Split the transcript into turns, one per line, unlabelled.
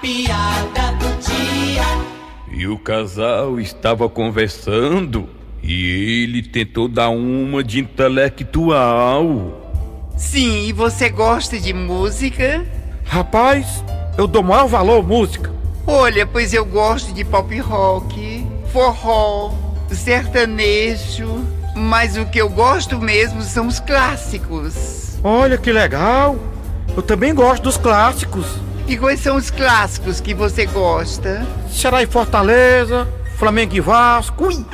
piada do dia.
E o casal estava conversando e ele tentou dar uma de intelectual.
Sim, e você gosta de música?
Rapaz, eu dou maior valor à música.
Olha, pois eu gosto de pop rock, forró, sertanejo, mas o que eu gosto mesmo são os clássicos.
Olha que legal. Eu também gosto dos clássicos.
E quais são os clássicos que você gosta?
Será e Fortaleza, Flamengo e Vasco. Ui.